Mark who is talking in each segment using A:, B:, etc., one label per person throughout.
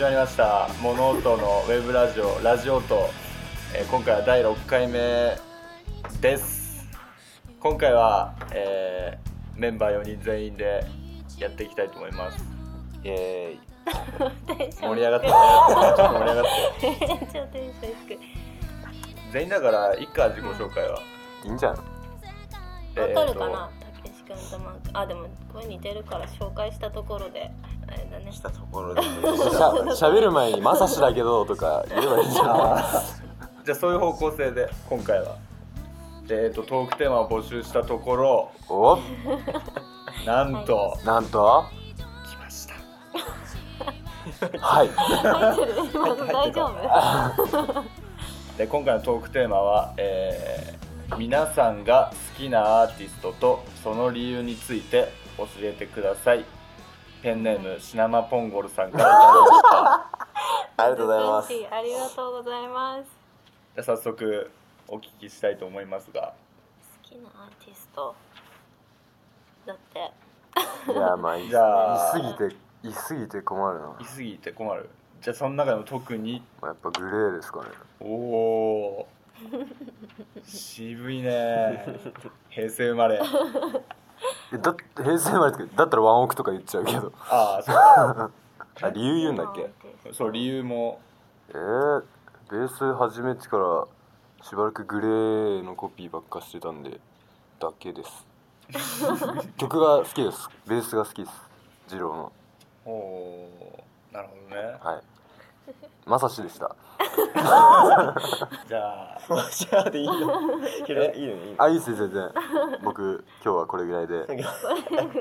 A: なりました「モノオトのウェブラジオラジオと、えー今回は第6回目です今回は、えーメンバー4人全員でやっていきたいと思いますイエ ーイ盛り上がってるねちょっと盛り上がってる
B: めっちゃテンション低い。
A: 全員だからいっか自己紹介は、
C: いいんじゃん。
A: えー
B: わかるかな、たけし君とマーク。あ、でも声似てるから紹介したところで、あれだね。
D: したところ で
C: しゃ喋る前に「まさしだけど」とか言えばいいんじゃな
A: じゃあそういう方向性で今回はでえー、とトークテーマを募集したところ
C: いお
A: なんと、
B: は
C: なんと
A: 来ました
C: はい
B: 入ってる今の大丈夫
A: で今回のトークテーマは、えー皆さんが好きなアーティストとその理由について教えてくださいペンネームシナマポンゴルさんからいただきました
C: ありがとうございま
B: 嬉しありがとうございます。
A: じゃあ早速お聞きしたいと思いますが
B: 好きなアーティスト。だって、
C: すいやまあ言い
A: じゃあ
C: 過ぎて言い過ぎて困るな、ま
A: いすぎて困るじゃあその中でも特に
C: あ、やっぱグレーですかね
A: おおー渋いね平成生まれ
C: えだ平成生まれってだったらワンオクとか言っちゃうけど
A: ああそうか
C: あ理由言うんだっ
B: 好
C: け
B: きなアーティスト
A: そう理由も
C: えー、ベース始めてからしばらくグレーのコピーばっかしてたんでだけです 曲が好きですベースが好きです二郎の
A: おおーなるほどね
C: はいまさしでした
A: じゃあ
D: じゃあでいいの
A: え
D: いいのいいの
C: あいいっすよ全然僕今日はこれぐらいでう
B: これ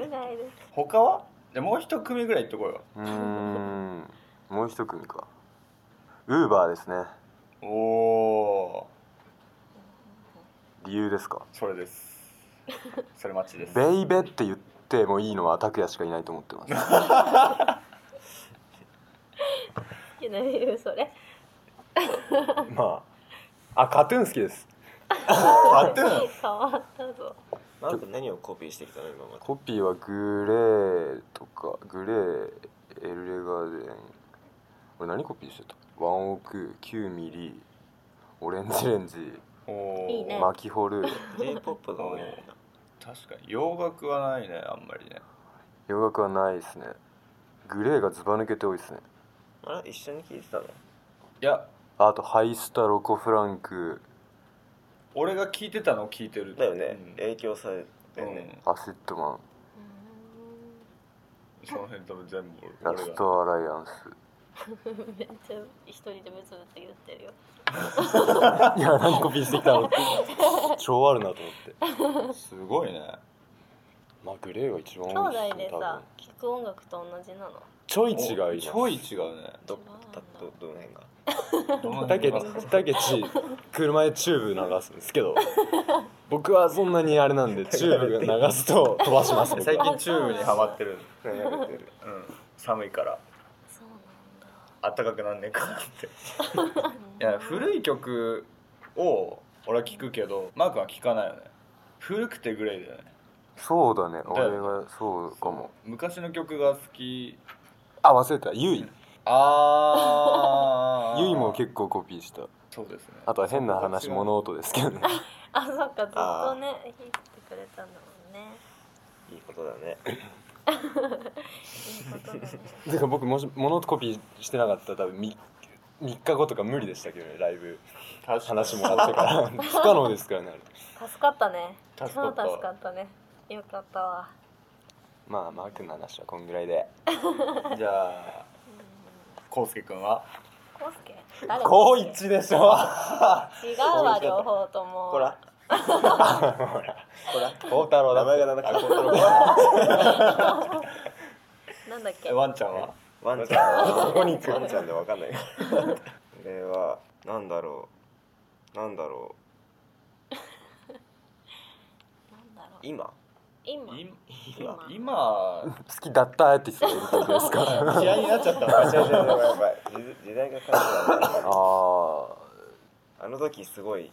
B: ぐらいです。
A: 他はじゃあもう一組ぐらいいっとこうよ
C: ーんもう一組かウーバーですね
A: おお
C: 理由ですか
A: それです それ待ちです
C: ベイベって言ってもいいのは拓也しかいないと思ってます
B: 好きな理由それ。
C: まああカトゥーン好きです
A: カトゥーン
B: 変わったぞ。
D: マーク何をコピーしてきたの今まで
C: コピーはグレーとかグレーエルレガーデン俺何コピーしてたワンオク9ミリオレンジレンジ
A: おー
B: いいね
C: マキホル
D: J-POP が多いもんな
A: 確かに洋楽はないねあんまりね
C: 洋楽はないですねグレーがずば抜けて多いですね
D: あれ一緒に聞いてたの
A: いや
C: あとハイスタロコフランク
A: 俺が聞いてたのを聞いてる
D: だよね
A: うん
D: 影響されてね
C: アシッドマ
A: う
C: ン
A: んその辺多分全部
C: ラ
A: 俺
C: ス
A: が
C: トアライアンス
B: うーんめっちゃ一人でブツブツ言ってるよ。
C: いや何コピーしてきたのって超あるなと思って
A: すごいね
C: まあグレーが一番
B: 兄
C: 多い
B: 弟
C: ね
B: でさ、聞く音楽と同じなの。
C: ちょい
A: ち
C: 違
A: が
C: い
A: ちょい違うね
D: どたどどの辺が
A: どの
C: たけ
A: 辺が
C: たけち車でチューブ流すんですけど僕はそんなにあれなん でチューブ流すと飛ばします僕
A: 最
C: は
A: 近チューブにハマってる
D: 悩めてる
A: うん寒いから
B: そう
A: 暖かくなんねえかなって
B: なん
A: い
B: だ。
A: や古い曲を俺は聞くけどマークは聞かないよね古くてグレーだよね
C: そうだね
A: だよ
C: 俺
A: ね
C: がそうかも
A: 昔の曲が好き
C: あ忘れたゆい
A: あ ー
C: ゆいも結構コピーした
A: そうですね
C: あとは変な話
A: そう
C: 物音ですけどね
B: あ、そっか、ずっとね、弾いてくれたんだもんね。
D: いいことだね
B: いいことだね。
C: だから僕もし物音コピーしてなかったら多分 3, 3日後とか無理でしたけどねライブ話もらってから不可能ですからねあれ
B: 助かったね。
A: 助かった
B: 超助かったね。よかったわ。
C: まあマー君の話はこんぐらいで
A: じゃあこうすけくんは
B: コウスケ誰
C: 高一でしょ
B: 違うわ、両方とも。
D: ほらほら
C: 孝太郎だ
D: 名
C: って
D: 前が なんだかこ
B: なんだっけ
A: えワンちゃんは
D: ワンちゃん
C: ここに行く
D: ワンちゃんでわかんないから これはなんだろうなんだろう
B: なんだろう。
D: 今
B: 今。
A: い
B: 今
A: 今
C: 好きだったって人がいるってことですかあ
A: 嫌いになっちゃ った
D: あ
A: わ
D: 違う違う違うやばい時時代が変わったな
C: あ
D: あの時すごい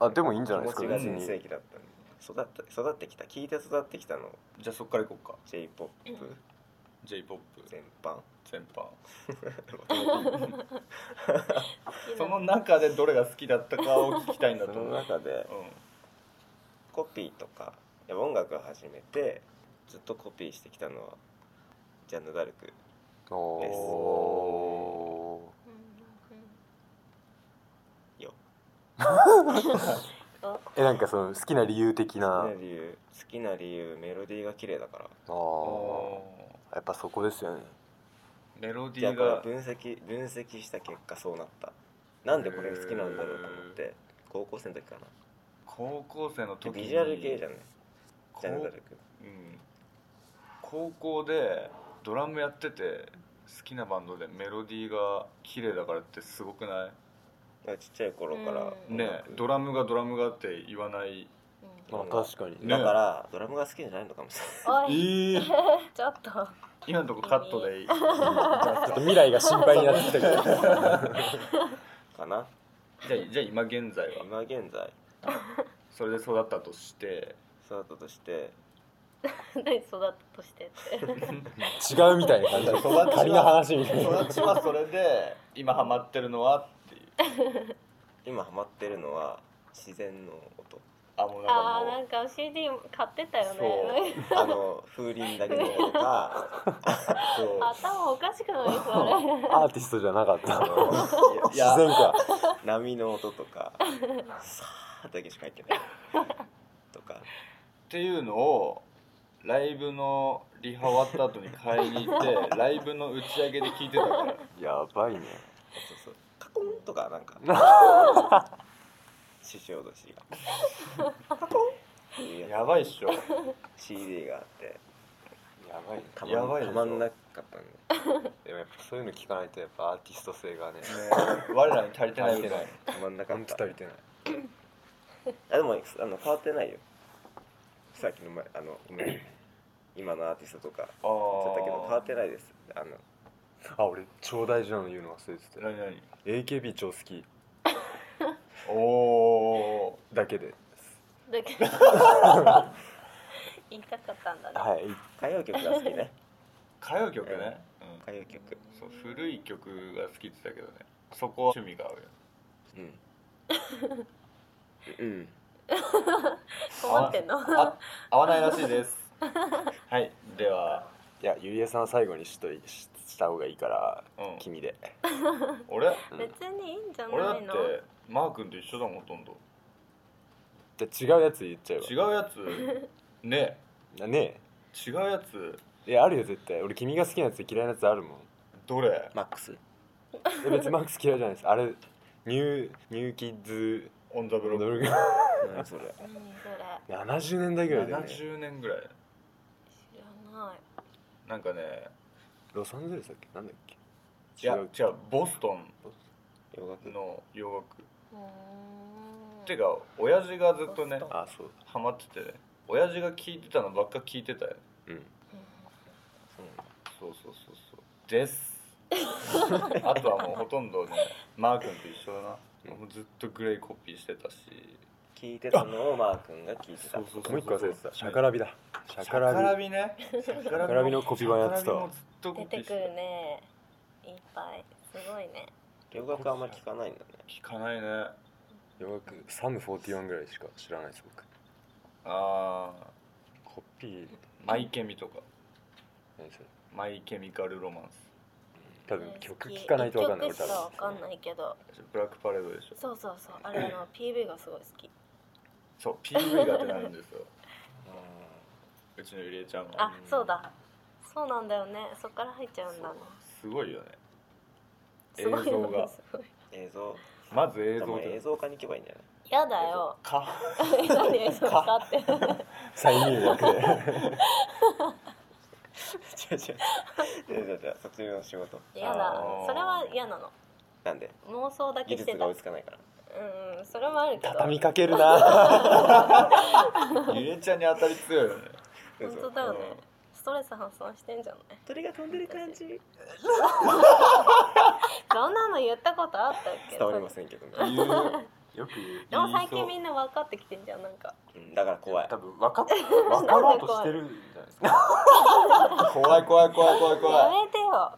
C: あでもいいんじ
D: 気
C: ゃないです
D: 持
C: か
D: ちが
C: 別
D: 全
C: に
D: 盛期だったんで育った育ってきた聞いて育ってきたの
A: じゃあそっから行こうか
D: J-POP
A: j p o p
D: 全般
A: 全般
B: 好き
A: そ
B: な
A: の中でどれが好きだったかを聞きたいんだ
D: そ
A: と思
D: の
A: う、
D: 中でコピーとかいや音楽を始めてずっとコピーしてきたのはジャンヌ・ダルク
C: お
D: です
C: お
B: うん う
D: よ
B: んうんあ
C: えなんかその好きな理由的な、
D: 好きな理由好きな理由メロディーが綺麗だから
C: あ
A: うん
C: ー
A: お
C: やっぱそこですよね
A: ーメロディ
D: じゃあ
A: ー
D: こ
A: が
D: れ分析分析した結果そうなったなんでこれ好きなんだろうと思って高校生の時かな
A: 高校生の時に
D: ビジュアル系じゃない
A: こう
D: ジャンヌ・ダルク
A: うん高校でドラムやってて好きなバンドでメロディーが綺麗だからってすごくな
D: だからちっちゃい頃から
A: い
B: うん
A: ねえ
D: 音楽
A: ドラムがドラムがって言わない
C: まあ確かに
A: ね
D: だからドラムが好きじゃないのかもし
B: お
A: え
B: い
A: ー、
B: ちょっと
A: 今のとこカット でいい
C: ちょっと未来が心配になってきたけど
D: れないかな
A: じゃあじゃあ今現在は
D: 今現在
A: それで育ったとして
D: そうだったとして
B: 何育ったとしてって
C: 違うみたいな感じ
A: 育ちは
C: 仮の話みたいな
A: 育ちはそれで今ハマってるのはっていう
D: 今ハマってるのは自然の音
A: あもうなん
B: あー
A: か
B: な
A: も
B: んか CD 買ってたよね
D: あの風鈴だけの音とかそう
B: 頭おかしくないそれ
C: アーティストじゃなかった
D: あのいや
A: うい
C: 自
A: や
C: 然か
D: 波の音とかさーだけしか入ってないとか
A: っていうのをライブのリハ終わった後に買いに行ってライブの打ち上げで聞いてたから
C: やばい ね
D: そうそうカコンとかなんか獅子落としがカコンっていうや
A: やばいっしょ
D: つ CD があって
C: やばいね
D: た
A: やば
D: ま
A: い
D: ん
A: でし
D: た
A: ょ
D: まんなかったんで
C: でもやっぱそういうの聞かないとやっぱアーティスト性がね
A: 我らに足りてない
D: 足り
A: ぐ
D: て
A: ら
D: ないいたまんなか
C: ほ
D: っ
C: んと
D: た
C: 足りてない
D: あでもあの変わってないよさっきの前あの前今のアーティストとか
A: ああ
D: だけど変わってないですあの
C: あ俺超大事なの言うの忘れてた
A: 何何
C: AKB 超好き
A: おお
C: だけで
B: だけど言いたかったんだね
C: はい
D: 歌謡曲が好きね
A: 歌謡曲ね、うん
D: 歌謡曲
A: そう古い曲が好きって言ってたけどねそこは趣味が合うよ
D: う んうん
B: 困ってんの
A: あ合わないらしいですはいではい
C: やゆりえさん最後にしといしした方がいいから、
A: うん
C: 君で
A: 俺
B: 別にいいんじゃ
A: 俺だっ
B: ない
A: て
B: の
A: マー君と一緒だもんほとんど
C: じゃあ違うやつ言っちゃ
A: 違
C: え
A: うやつね
C: ばね
A: 違うやつ
C: えいやあるよ絶対俺君が好きなやつ嫌いなやつあるもん
A: どれ
D: マックス
C: え別にマックス嫌いじゃないですあれニューニューキッズ
A: オン・ザ・ブロック
C: どれぐらい
D: 何それ
B: 何それ
C: 70年代ぐらいだよね
A: 70年ぐらい
B: 知らない
A: なんかね
C: ロサンゼルスだっけなんだっけ
A: いや
C: 違
A: 違
C: う
A: うボスト
D: 洋楽
A: ンの洋楽
B: うーん
A: てか親父がずっとね
B: ボストン
C: あそう
A: ハマっててね親父が聴いてたのばっか聞いてたよ
C: だうん
A: そうそうそうそうです あとはもうほとんどねマー君と一緒だな、もうずっとグレイコピーしてたし
D: 聞いてたのをマー君が聞いてた
A: そう
C: もう一個忘れてたシャカ
A: ラ
C: ラビだシャ
A: シ
C: カ
A: ャカ
C: ラ
A: ラ
C: ビ
A: ビねシャカ
C: シャカラビのコピー版やって
A: シ
C: たわ
A: ャカラビもずっとコ
B: 出
A: ピーし
B: てく
A: て
B: るねいっぱいすごいね
D: 洋楽あんま聞かないんだね
A: た聞かないね
C: よくサム41ぐらいしか知らないです僕
A: ああ
C: コピー
A: マイケミとか
C: 何それ
A: マイケミカルロマン
C: 多分曲聴かないと分かんない
B: 一曲しかわかんないけど
A: スブラックパレードでしょ
B: そうそうそうあれの PV がすごい好き
A: そう PV が出ないん ですようちのゆりえちゃんは
B: あそうだそうなんだよねそっから入っちゃうんだね
A: すごいよね
B: すごい
A: 映像が
B: すごい
D: 映像
A: まず映
D: で
A: 像
D: も
A: で
D: 映像化に行けばいいんじゃない
B: やだよ
A: か
B: 何映像かって
C: 再入学で
D: 違う違う違う違う違うそっちの仕事
B: やだそれは嫌なの
D: なんで
B: 妄想だけ
D: 技
B: してた
D: 術が
B: う
D: 追
B: ん
D: いつかないから
B: それはあるけど
C: 畳みかけるな
A: ゆりえちゃんに当たり強いよね
B: 本当だよねストレス発散してんじゃない
D: 鳥が飛んでる感じ
B: そんなの言ったことあったっけ
D: 伝わりませんけどね
A: 言う
C: よく言い
B: でも最
C: そう
B: 近みんな分かってきてんじゃんなんか
D: うんだから怖い
C: 多分分かっ分かろうとしてるんじゃないですか
A: 怖い怖い怖い怖い
B: や
A: 怖い
B: めてよ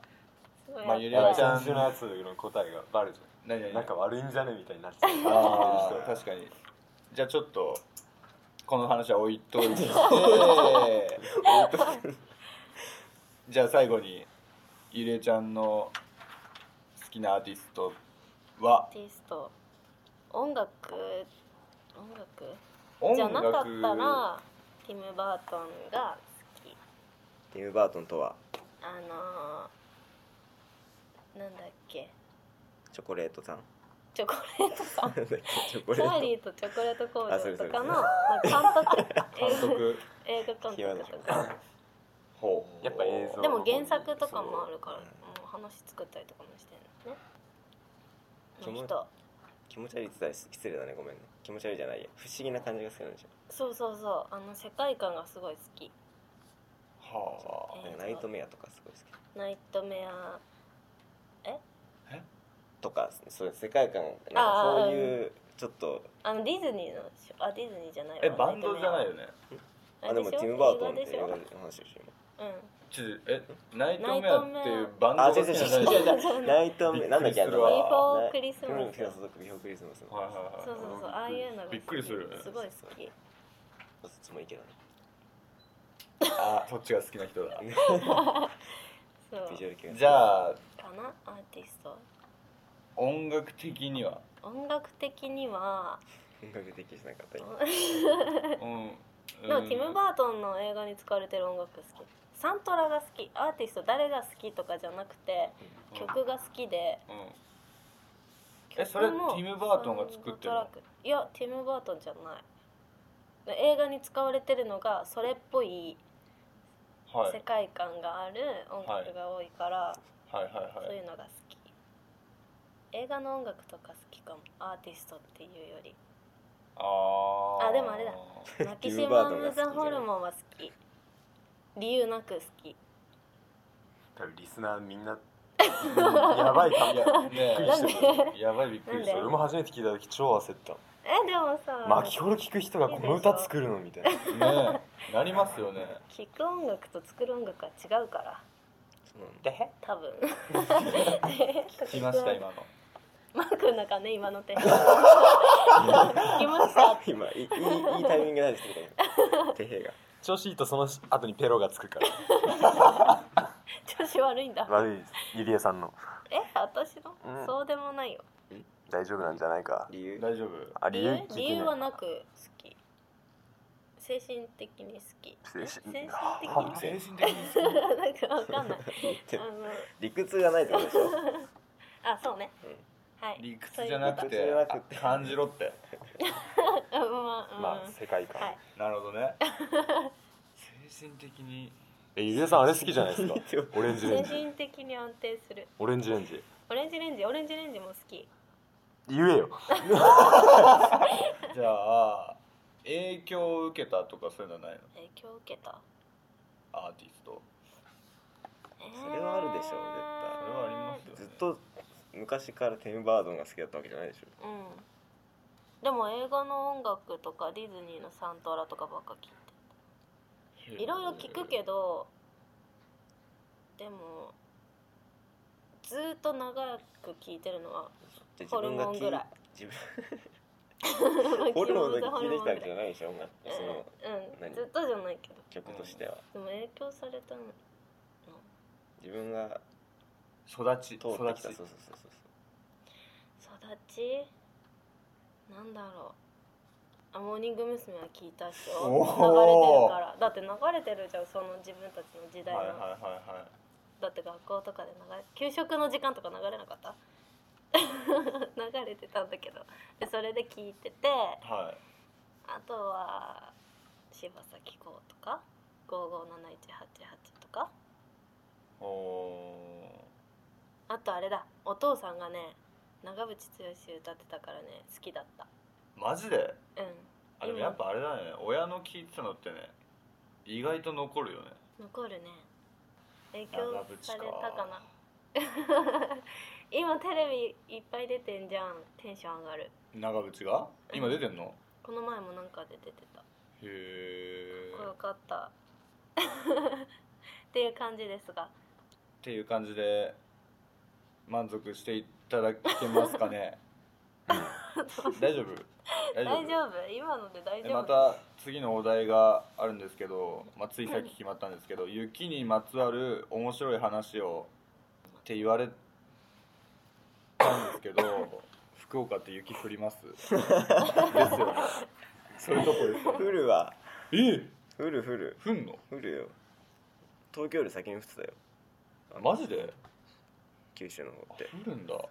B: そうやって
A: まあゆり
C: や
A: あ
C: っち
A: ちゃん
C: ゃんのやつの答えがバレちゃ
A: 何何
C: うなんか悪いんじゃねみたいになっちゃう
A: ああ確かにじゃあちょっとこの話は置いといてじゃあ最後にゆりえちゃんの好きなアーティストは
B: アーティスト音楽音楽
A: 音
B: じゃなかったらティム・バートンが好き
D: ティム・バートンとは
B: あのー、なんだっけ
D: チョコレートさん
B: チョコレートさん
D: なんだっけチョコ
B: チ
D: レ
B: ャー
D: ー
B: リーとチョコレート工場
D: あそれそ
B: と
D: れ
B: かのまあ監督
A: 監督
B: 映画映画監督とか
A: ほう
C: やっぱ映像
B: でも原作とかもあるから
D: そう
B: もう話作ったりとかもしてるのね
D: そ
B: そ
D: の
B: の人
D: 気持ち悪いって言ったら失礼だねごめんね気持ち悪いじゃないや不思議な感じが好きなんでしょ
B: そうそうそうあの世界観がすごい好き
A: は
B: え
D: なん
B: ー
D: かナイトメアとかすごい好き
B: ナイトメア
D: とかそういう世界観なん
B: あ
D: か
B: ー
D: そういうちょっと
B: あのディズニーのしょあディズニーじゃないわ
A: えバンドじゃない
B: ナイ
A: よね
B: トメア
D: あでも
B: れ
D: テ
B: しょ
D: ィム・バートンって
B: 映
D: 映
B: 画
D: 画
B: で
D: の
B: し
D: 話でしょ
B: ょ
D: 今
B: うん
A: ちょっとえナイトメアっていうバンド
D: あ
A: が
D: 違う
A: 好き
D: 違う
A: じゃ
D: 違
A: ない
D: う違う
B: じゃない
D: ナイトメアなんだっけあれ
A: びっくりするわ
D: な
B: Before Christmas
D: そうそうビフォークリスマス
A: はいはいはい
B: そうそうそうああいうのが好き
A: びっくりするよね
B: すごい好き
D: どっちもいいけどね
A: あそっちが好きな人だ
B: そう
D: ビジュアル系が
A: じゃあ
B: かなアーティスト
A: 音楽的に は
B: 音楽的には
D: 音楽的じゃなかった
B: で
D: 今
B: も
A: うんうん
B: ティム・バートンの映画に使われてる音楽好きサントラが好きアーティスト誰が好きとかじゃなくて
A: うん
B: 曲が好きで
A: うんえそれテ
B: 曲も
A: ィム・バートンが作ってる
B: サウンド
A: の
B: トラックいやティム・バートンじゃない映画に使われてるのがそれっぽい
A: はい
B: 世界観がある音楽が多いから、
A: はいはい
B: そ
A: は
B: うい
A: いう
B: のが好き映画の音楽とか好きかもアーティストっていうより
A: あー
B: あでもあれだ マキシマム・ザ・ホルモンは好き理由なく好き
C: 多分リスナーみんなやばいか
A: いや ね
C: びっくり
B: なん
C: し
B: で
C: た
A: え やばいびっくりし
B: な
A: た
B: んで
C: 俺も初めて聞いた時超焦った
B: えでもさ
C: 巻きほど聞く人がこの歌作るのみたいな
A: ねえなりますよね
B: 聴く音楽と作る音楽は違うから
D: そうなん
C: で
D: だ
C: へ
B: 多分
A: 聞きました今の
B: マー君のかね今の手聞きました
D: 今いいいいいいタイミングなんですけど手兵が
C: 調子いいとその後にペロがつくから
B: 調子悪いんだ
C: 悪いですゆりえさんの
B: え私の、
C: うん
B: そうでもないよ
C: 大丈夫なんじゃないか
D: 理由
A: 大丈夫
C: あ理由聞いてね
B: 理由はなく好き精神的に好きえ
C: 精
B: 精
C: 神
B: 神的に
C: は
B: 好き
A: 精神的に
B: なんかわかんないあ
D: でも
B: の
D: 理屈がないってことでしょ
B: あそうね、はい
A: 理屈じゃなく
D: 理屈
A: て
D: じゃなくて
A: 感じろって
B: そういううん まあ、うん
C: まあ世界観、
B: はい
A: なるほどね精神的に
C: えゆりえさんあれ好きじゃないですかオレンジレ
B: 精
C: ンジ
B: 神的に安定する
C: オレンジレンジ
B: オレンジレンジオレンジレンジも好き
C: 言えよ
A: じゃあ影響を受けたとかそういうのはないの
B: 影響を受けた
A: アーティスト
D: それはあるでしょう絶対それ
A: それはありますよね
D: ずっと昔からティム・バードンが好きだったわけじゃないでしょ
B: すうんでも映画の音楽とかディズニーのサントラとかばっか聞い
A: へ
B: ていろいろ聞くけどでもずーっと長く聞いてるの は
D: じゃあ
B: ホルモンぐらい
D: 自分
B: ホ
D: ホルモンが
B: ホ
D: 聞
B: ル
D: いて
B: モン
D: きた
B: ぐ
D: わけじ
B: ら
D: ゃ
B: い
D: ないでしょ音楽そ
B: う
D: の
B: ん、うん、
D: 何
B: ずっとじゃないけど
D: 曲としては
B: でも影響されたの
D: 自分が
A: 育ち
D: 通ってき
A: 育
D: たそう
A: ち
D: そうそうそう
B: 育ちなんだろうあモーニング娘。は聞いたっしょ
A: お
B: 流れてる
A: ー
B: からだって流れてるじゃんその自分たちの時代
A: はい
B: の、
A: はいはいはい
B: だって学校とかで流れ給食の時間とか流れなかった 流れてたんだけどでそれで聞いてて
A: はい
B: あとは柴咲コウとか557188とか
A: おお
B: あとあれだお父さんがね長渕剛歌ってたからね好きだった
A: ーマジで
B: うん
A: あでもやっぱあれだね親の聞いてたのってね意外と残るよね
B: 残るね影
A: 長
B: 響
A: 渕
B: されたか な今テレビいっぱい出てんじゃんテンション上がる
A: 長渕が今出てんの
B: この前もなんかで出てた
A: へえ
B: 怖かった っていう感じですが
A: っていう感じで満足していただけますか ね大丈夫大
B: 大
A: 丈夫
B: 丈夫今ので大
A: で
B: 丈
A: ま
B: 夫
A: た次のお題があるんですけど、まあ、ついさっき決まったんですけど雪にまつわる面白い話をって言われたんですけ ど福岡って雪降りますですよねそういうとこですよね
D: 降るわ
A: え
D: 降る降る
A: 降んの
D: 降るよ東京より先に降ってたよ
A: マジで
D: 九州の方って
A: 降るんだ
B: そ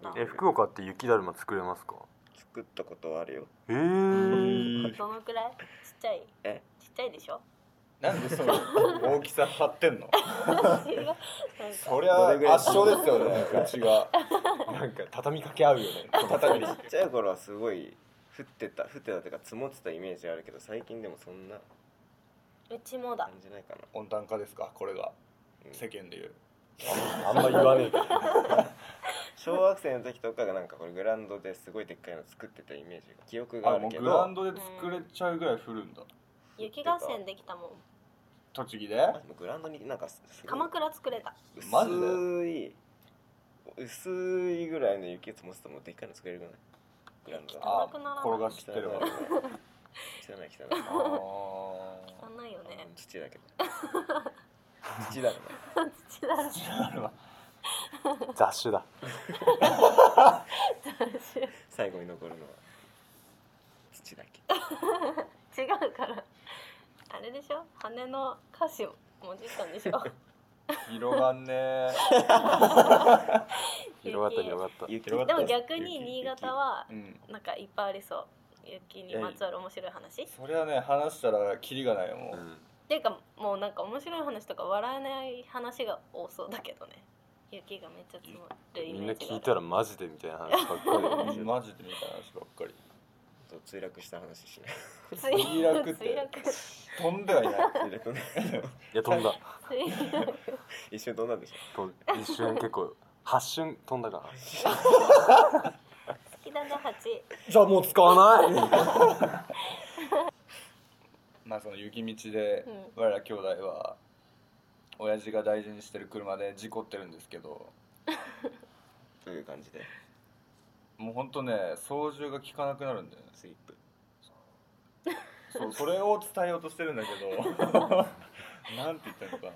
B: うなんだ
C: え福岡って雪だるま作れますか
D: 作ったことはあるよ
C: えー、
B: どのくらいちっちゃい
D: え
B: ちっちゃいでしょ
A: なんでその大きさ張ってんの
B: 違うなんか
A: そりゃ
D: どれぐらい
A: 圧勝ですよねうちが
C: なんか畳みかけ合うよね
A: 畳に
D: ちっちゃい頃はすごい降ってた降ってたっていうか積もってたイメージあるけど最近でもそんな
B: うちもだ
D: 感じないかな、
A: 温暖化ですかこれが
D: うん
A: 世間でいう
C: あんま言わねえけど
D: 小学生の時とかがなんかこれグラウンドですごいでっかいの作ってたイメージが記憶が
A: あ
D: ある
A: もう
D: け
A: グラウン
D: ど
A: ドで作れちゃうぐらい降るんだ
B: 雪合戦できたもん
A: 栃木で
D: あでもグラウンドになんかすすごい
B: 鎌倉作れた
A: マジで
D: 薄い薄いぐらいの雪積もってたらもうでっかいの作れるぐらいグラウンド
B: あ
D: だ
A: あ
B: 暗くならない
A: 転がしてるわ
D: 汚い汚い
A: あー
B: 汚いよね
D: うん土だ けど土だろうね
B: 土だらし
A: なるわ
C: 雑種だ
D: 最後に残るのは土だけ
B: 違うからあれでしょ羽の歌詞をもじったんでしょ
A: 広がんねー
C: 広がった広がった
D: 雪
A: 広
B: で
A: が
B: も逆に新潟は
A: うん
B: なんかいっぱいありそう雪にまつわる面白い話っ
A: そりゃね話したらキリがないよも
C: う
A: うん
B: ていうかもうなんか面白い話とか笑えない話が多そうだけどね雪がめっちゃ積もるイ
C: みん
B: メ
C: な
B: ージが
C: 聞
B: あ
C: い
B: る
C: たらマジでみたいな話ばっかりだよね
A: マジでみたいな話ばっかり
D: そう墜落した話しない
A: 墜落って
B: 墜落
A: 飛んではいない
D: 墜落ね
C: いや飛んだ
B: 墜落
D: 一瞬飛んだでしょ
C: 飛ん一瞬結構八瞬飛んだか
B: 好きだな八
C: なじゃあもう使わない
A: まあその雪道で
B: うん
A: 我ら兄弟は親父が大事にしてる車で事故ってるんですけど
D: という感じで
A: もうほんとね操縦が効かなくなるんだよね
D: スイップ
A: そうそれを伝えようとしてるんだ けどなんて言ったのかな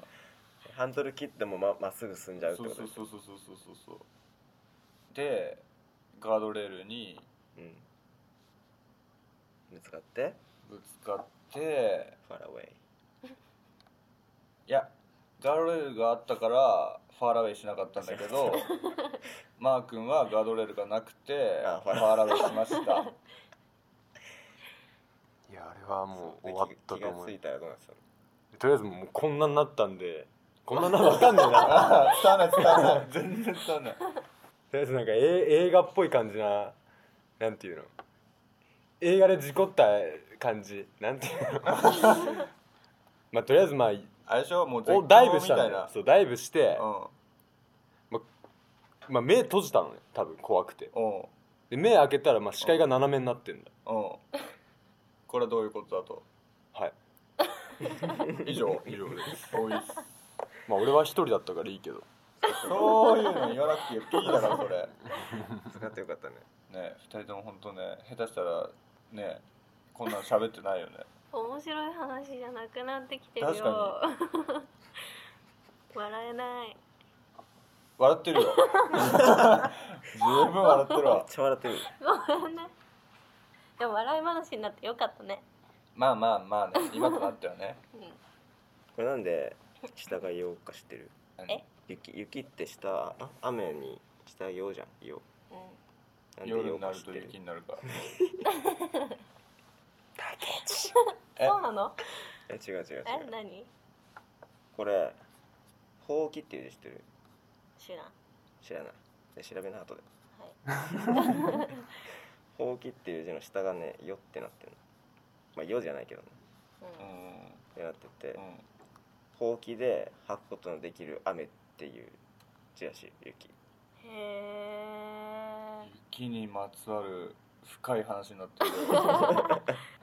D: ハンドル切ってもままっすぐ進んじゃうって
A: そう
D: こ
A: そう
D: とです
A: そうそうそうそうそうそうでガードレールに
D: うんぶつかって
A: ぶつかって
D: ファラウェイ
A: いやガードレールがあったからファーラウェイしなかったんだけ どマー君はガードレールがなくて
D: あ
A: フ
D: フ
A: ァ
D: ァ
A: ーラウェイしました
C: いやあれはもう
D: そ
C: 終
D: うで
C: わった
D: 気
C: と
D: が
C: 思う
D: 気がついたらどうなってたの
C: とりあえずもうこんなになったんでこんなになわかんね え な
A: あー伝わんない伝わんない 全然伝わんない
C: とりあえずなんかえ映画っぽい感じななんていうの映画で事故った感じなんていうのまあとりあえずまあ
A: あれでしょもう
C: おダイブした
A: みた
C: んだ
A: い
C: よ
A: な
C: そうダイブして、
A: う
C: まあ、目閉じたのね多分怖くて
A: んうん
C: で目開けたらまあ視界が斜めになってんだ
A: うんこれはどういうことだと
C: はい
A: 以上
C: 以上です
A: 多いっす
C: まあ俺は一人だったからいいけど
A: そういうの言わなくていいピーだからそれ
D: ぶつかってよかったね
A: ね二人とも本当ね下手したらねこんなの喋ってないよね
B: 面白い話じゃなくなってきてる
A: 確
B: よ
A: か
B: 笑えない
A: 笑ってる よ十分笑ってる
D: めっ
A: わ
D: ちゃ笑ってる
B: ごめんねでも笑い話になってよかったね
A: まあまあまあね今となってはね
B: うん
D: これなんで下が言おうか知ってる
B: え
D: 雪雪って下あ雨に下言おうじゃん言おう
B: う
D: なんで
A: 夜
D: 言お
A: に
D: う
A: な
D: か
A: る
D: 知っ
A: と
D: てる
A: 雪になるから
B: ん、
A: え
B: そうなの
D: え違う違う違う
B: え何
D: これほうきっていう字知ってる
B: 知らん
D: 知らないで調べな後で
B: はい
D: ほうきっていう字の下がね「よ」ってなってるのまあ「よ」じゃないけどね
A: う
B: うん
D: ってなってて
A: うん
D: ほうきで吐くことのできる雨っていう字らしい雪
B: んへえ
A: 雪にまつわる深い話にな ってる
C: こ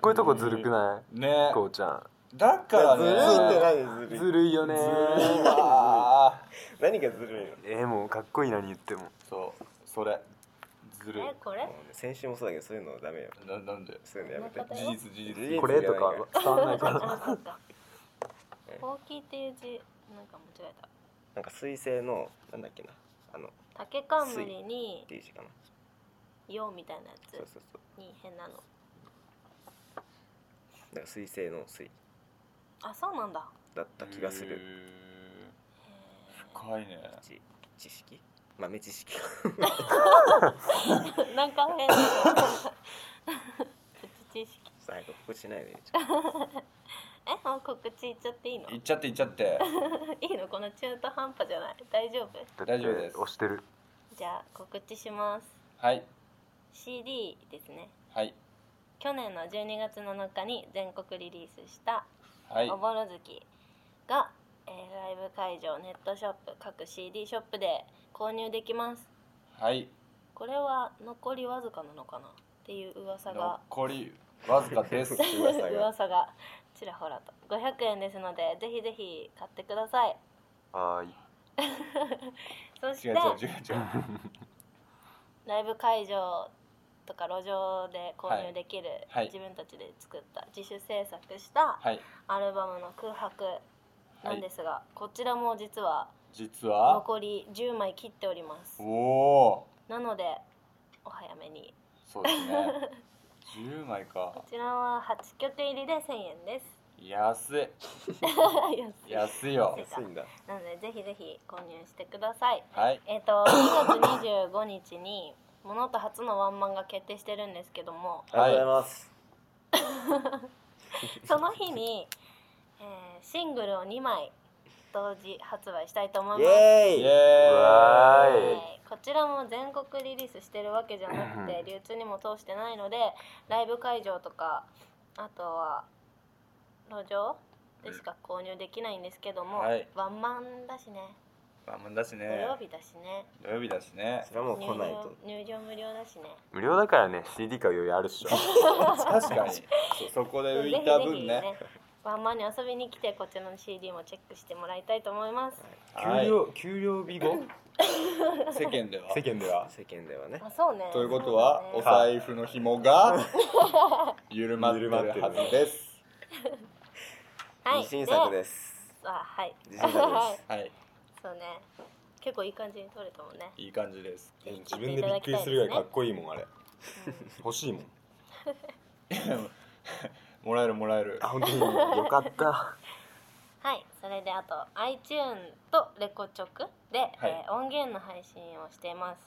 C: ういうとこずるくな
A: ね
C: いこうちゃん
A: だからね
D: ずるいって何ずるい
C: ずるいよね
A: ずるいわ
D: 何がずるいの
C: えー、もうかっこいい何言っても
A: そうそれずるい
B: えこれ
D: もうね先週もそうだけどそういうのダメよ
A: ななんで
D: そういうのやめて
B: なんか
A: 事実事
D: 事実
A: 実
C: これとか伝わんないから
B: あそうか
D: え
B: ほうきっていう字なんか間違えた
D: なんか水星のなんだっけなあのっ
B: 竹冠に
D: ていう字かな
B: 「よ」みたいなや
D: そう
B: つ
D: そうそう
B: に変なの
D: だから水星の水
B: あそうなんだ
D: だった気がする
A: へ
B: へ
A: ー深いね
D: 知知識豆知識
B: ーなんか変な プチ知識
D: 最後ここしないで
B: えもう告知言っちゃっていいの
A: いっちゃっていっちゃって
B: いいのこの中途半端じゃない 大丈夫
C: だって
A: 大丈夫です
C: 押してる
B: じゃあ告知します
A: はい
B: CD ですね
A: はい
B: 去年の12月7日に全国リリースした
A: は
B: 「
A: い
B: おぼろ月」が、えーライブ会場ネットショップ各 CD ショップで購入できます
A: はい
B: これは残りわずかなのかなっていう噂が
A: 残りわずか です
D: 噂が
B: 噂がちらほらと500円ですのでぜひぜひ買ってください
C: はーい
B: そし
A: 違う違
B: て
A: う違う違う
B: ライブ会場とか路上で購入できる、
A: はい
B: 自分たちで作った自主制作した
A: はい
B: アルバムの「空白」なんですが、こちらも実は
A: 実は
B: 残り10枚切っております
A: おお
B: なのでお早めに
A: ーそうですね10枚か
B: こちらは8曲入りで1000円です
A: 安い
B: 安い
A: 安いよ
B: 安
D: 安いんだ
B: なのでぜひぜひ購入してください
A: はい
B: えっ、と2月25日に「モノと初のワンマンが決定してるんですけども
D: ありがとうございます、
B: その日に、えーシングルを2枚同時発売したいと思い
D: イ
B: ます
A: イ
D: エーイ
A: エ
C: わ
A: ー
C: ー
A: イ
C: い
B: えーこちらも全国リリースしてるわけじゃなくて流通にも通してないのでライブ会場とかあとは路上でしか購入できないんですけども、
A: はい
B: ワンマンだしね
A: まあもんだし
B: 土
A: ね
B: 曜日だしね
A: 土曜日だしね
D: それはもう
B: 入
D: 来ない
B: 場
D: と
B: 入場無料だしね
C: 無料だからね CD 買う余裕あるっしょ
A: 確かにそそこで浮いた分ね
B: ワンマンに遊びに来てこちらの CD もチェックしてもらいたいと思います
A: はい
C: 給料日後
A: 世間では
C: 世間では
D: 世間ではね
B: あそうね
A: ということは、
B: そ
A: お
B: うだね
A: 財布の紐が緩まってる
C: 緩まってる
A: はずです。
B: はい
D: 自信作ですす
B: あはい
D: 自信作
B: は
D: で
B: い
D: す
A: はい、
B: そうね結構いい感じに撮れたもんね
A: いい感じです。
C: 自分でびっくりするぐらいかっこいいもんあれ欲しいもん
A: もらえるもらえる。
C: 本当によかった
B: はい、それであと iTune とレコチョクで、えー音源の配信をしています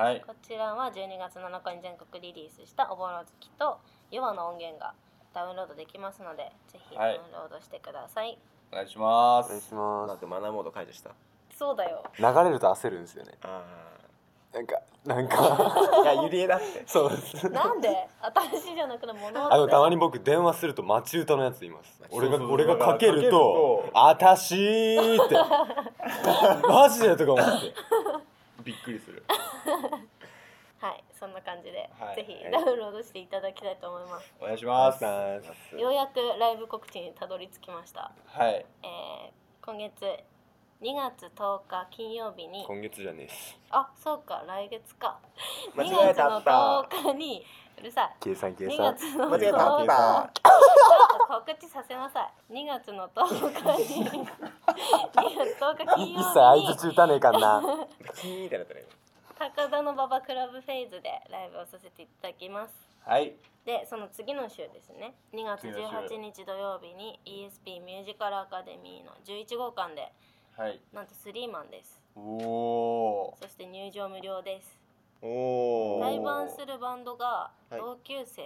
A: はい、
B: こちらは12月7日に全国リリースした「おぼろ月」と「ヨアの音源がダウンロードできますのでぜひダ
A: は
B: ウ
A: い
B: ンロードしてください、
A: お願いしま
C: お願い
A: す
C: し。ま
D: なん
C: す
D: かマナーモード解除した
B: そうだよ
C: 流れると焦るんですよね
D: あ
C: なんかなんか
D: あいやゆりえだって
C: そうです
B: なんで私じゃなくてもの
C: あのたまに僕電話すると待ち歌のやついます
A: そ
C: 俺
A: う
C: が
A: そう
C: 俺がかける
A: かける
C: と「
A: と
C: あたし」ってマジでとか思って
A: びっくりする。
B: はいそんな感じで、
A: はい
B: ぜひ
D: はい
B: ダウンロードしていただきたいと思います、
A: お願いします。は
D: あす
B: ようやくライブ告知にたどり着きました、
A: い、
B: えー今月2月10日金曜日に
C: 今月じゃねえし
B: あそうか来月か
D: 間
B: 2
D: 違え
B: 月
D: た
B: の
D: った
B: 10日にうるさい
C: 計算計
B: 2
C: 算
B: 月の
D: 間違
B: 10
D: えたっ
B: 日ち
D: た
B: ょっと告知させなさい2月の10日に2月10日金
C: い一切相
B: 曜日
C: 槌
B: に
C: 打たねえかんな
D: キーンってなったね
B: 高田の馬場クラブフェイズでライブをさせていただきます
A: はい、
B: でその次の週ですね2月
A: 次の週
B: 18日土曜日に ESP ミュージカルアカデミーの11号館で
A: はい。
B: なんとスリーマンです
A: おお
B: そして入場無料です
D: お
A: ー
B: 対
A: ライ
D: お
A: ブ
B: バンするバンドが
D: い
B: 同級生、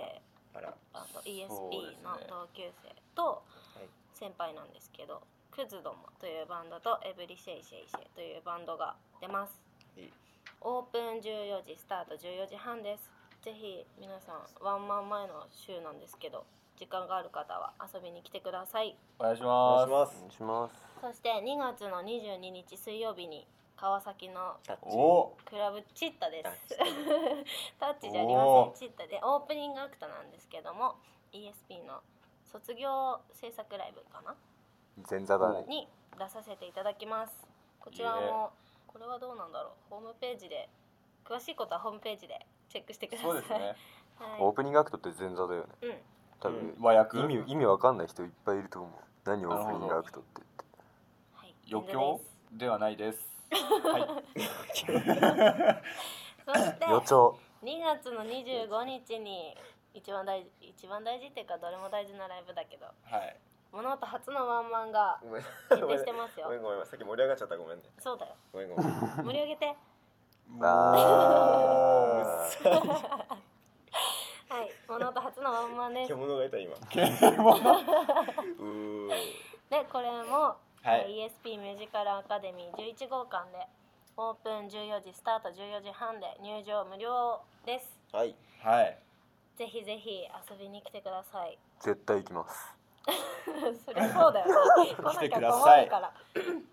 D: あら
B: あの
A: そうですね
B: ESP の同級生と
D: い
B: 先輩なんですけど、クズどもというバンドとエブリシェイシェイシェイというバンドが出ます
D: いい
B: オープン14時スタート14時半ですぜひ皆さんワンマン前の週なんですけど時間がある方は遊びに来てください
A: ー、お願いし
D: お願
A: ま
D: いし
A: す。
D: ます
C: お願
B: そ
C: いします
B: して2月の22日水曜日に川崎の
D: タッチ
A: お
B: クラブチッタで
D: タッ
B: す
D: チ
B: タッチじゃありませんチッタでオープニングアクトなんですけども ESP の卒業制作ライブかな
C: 前座だね
B: に出させていただきますこちら
A: いいね
B: もこれはどうなんだろうホームページで詳しいことはホームページでチェックしてください
A: そうですね
C: オー
B: は
C: プニングアクトって前座だよね
B: い、うん
C: 多
D: うん
C: 分、
A: 和訳
C: 意味意味わかんない人いっぱいいると思う何オープニングアクトって
B: はい、
A: 余
B: 全然
A: 興
B: です
A: ではないですは
B: そして
C: 予兆
B: 2月の25日に一番大事一番大事っていうかどれも大事なライブだけど
A: い、はい、
B: 物音初のワンマンが
D: ごめん
B: 決定してます
D: ごめ
B: よ
D: んごめんさっき盛り上がっちゃったごめんね
B: そうだよ
D: ごめんごめ ん
B: 盛り上げて
C: あー
B: はい物音初のワンマンですで
D: 獣がいた今
A: 獣
D: うーん
B: これも、
A: は
B: え
A: い
B: ー ESP ミュージカルアカデミー11号館でオープン14時スタート14時半で入場無料です
D: はい
A: はい
B: ぜひぜひ遊びに来てください
C: 絶対行きます
B: そりゃそ うだよね来なきゃ困るから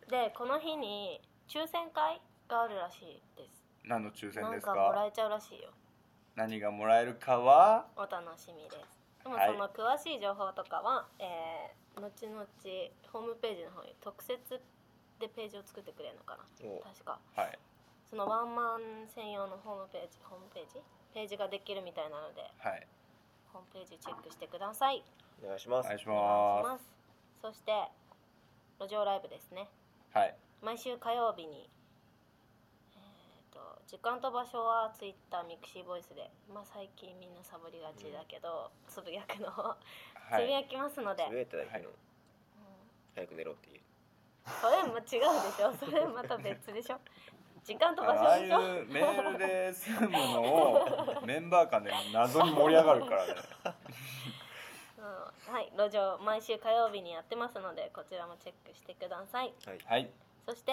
B: でこの日に抽選会があるらしいです
A: 何の抽選
B: な
A: で
B: ん
A: す
B: か
A: か
B: もらえちゃうらしいよ
A: 何がもらえるかは
B: お楽しみですでも
A: はい
B: その詳しい情報とかは、えー後々ホームページの方に特設でページを作ってくれるのかな
D: お
B: 確か
A: はい
B: そのワンマン専用のホームページホームページページができるみたいなので
A: はい
B: ホームページチェックしてください
D: お願いしま
A: お
D: す
A: 願いし
B: お願いし
A: ま
B: ますそして路上ライブですね
A: すはい
B: 毎週火曜日に、えー、と時間と場所はツイッターミクシーボイスで、まあ、最近みんなサボりがちだけど、つぶやくのをつ
A: は
B: ぶや
A: い
B: きますので、
D: つぶやいただけ
A: は
B: う
D: の
B: ん
D: 早く寝ろっていう
B: それも違うでしょそれまた別でしょ時間と
A: あ
B: 場
A: あ
B: 所
A: い
B: でしょ
A: うメールで済むのをメンバー間で謎に盛り上がるからね
B: うん、はい路上毎週火曜日にやってますのでこちらもチェックしてください
D: はい
A: はい
B: そして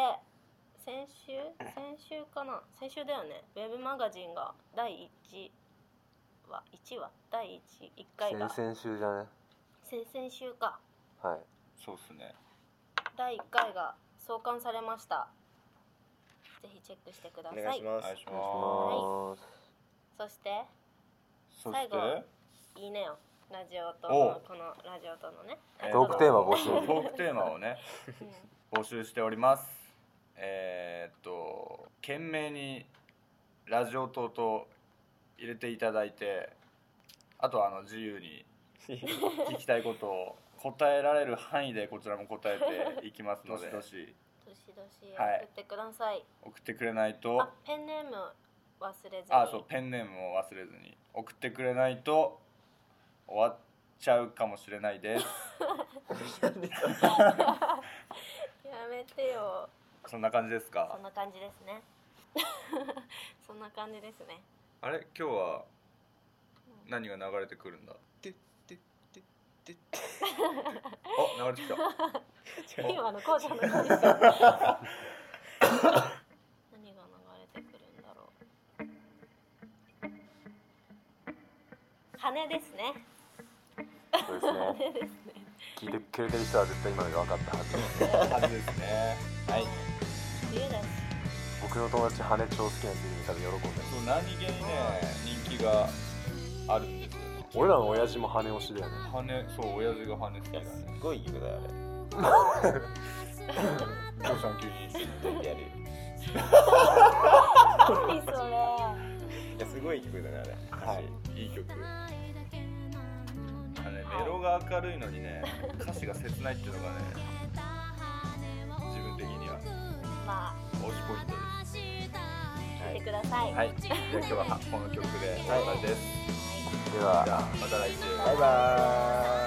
B: 先週先週かな先週だよねウェブマガジンが第1話1話第 1, 1回が
C: 先々週じゃね
B: 先々週か
C: はい
A: そうっすね
B: 第1回が創刊されましたぜひチェックしてくだ
D: お
B: さ
D: 願い
B: い
D: しま
A: お
D: す
A: 願いし
C: お
A: ま
C: 願いしま
B: そ
C: す
B: して
A: すそして
B: 最いいねよラジオと
A: お
B: の
A: う
B: このラジオとのね
A: え
C: トークテーマ募
A: ト
C: 集
A: ークテーマをね
B: うん
A: 募集しておりますえーっと懸命にラジオ等と入れていただいてあとはあの自由 に聞きたいことを答えられる範囲でこちらも答えていきますので どしどし
B: どしどし送ってください、
A: 送ってくれないと
B: あペンネーム忘れずに
A: あ そうペンネームを忘れずに送ってくれないと終わっちゃうかもしれないです
B: やめてよ
A: そんな感じです
B: そ
A: か
B: んな感じですね そんな感じですね
A: あれ今日は何が流れてくるんだあ流れてきた
B: 今のこうちゃんの声でしょ 何が流れてくるんだろう羽ですね
C: そうですね
B: 羽ですね
C: 聞いてくれてる人は絶対今ので分かったはず
A: 感じですねはい
B: 冬だし
C: 僕の友達羽超好きなんで多分喜んでる
A: そう何気にね人気があるんですよ
C: 俺らの親父も羽推しだよね
A: 羽根そう親父が羽根好き
D: い
A: だ
D: や
A: ね
D: すっごい言うだよ
A: どうしたの急に
D: あれやる
B: 何それ
D: いやすごい曲だねあれ
A: はいいい曲あのねメロが明るいのにね歌詞が切ないっていうのがね自分的には
B: まあ
A: 推しポイントです
B: 聞いてください、
A: はいじゃあ今日はこの曲でお別れです、
C: では
A: じゃあまた来週
D: バイバーイ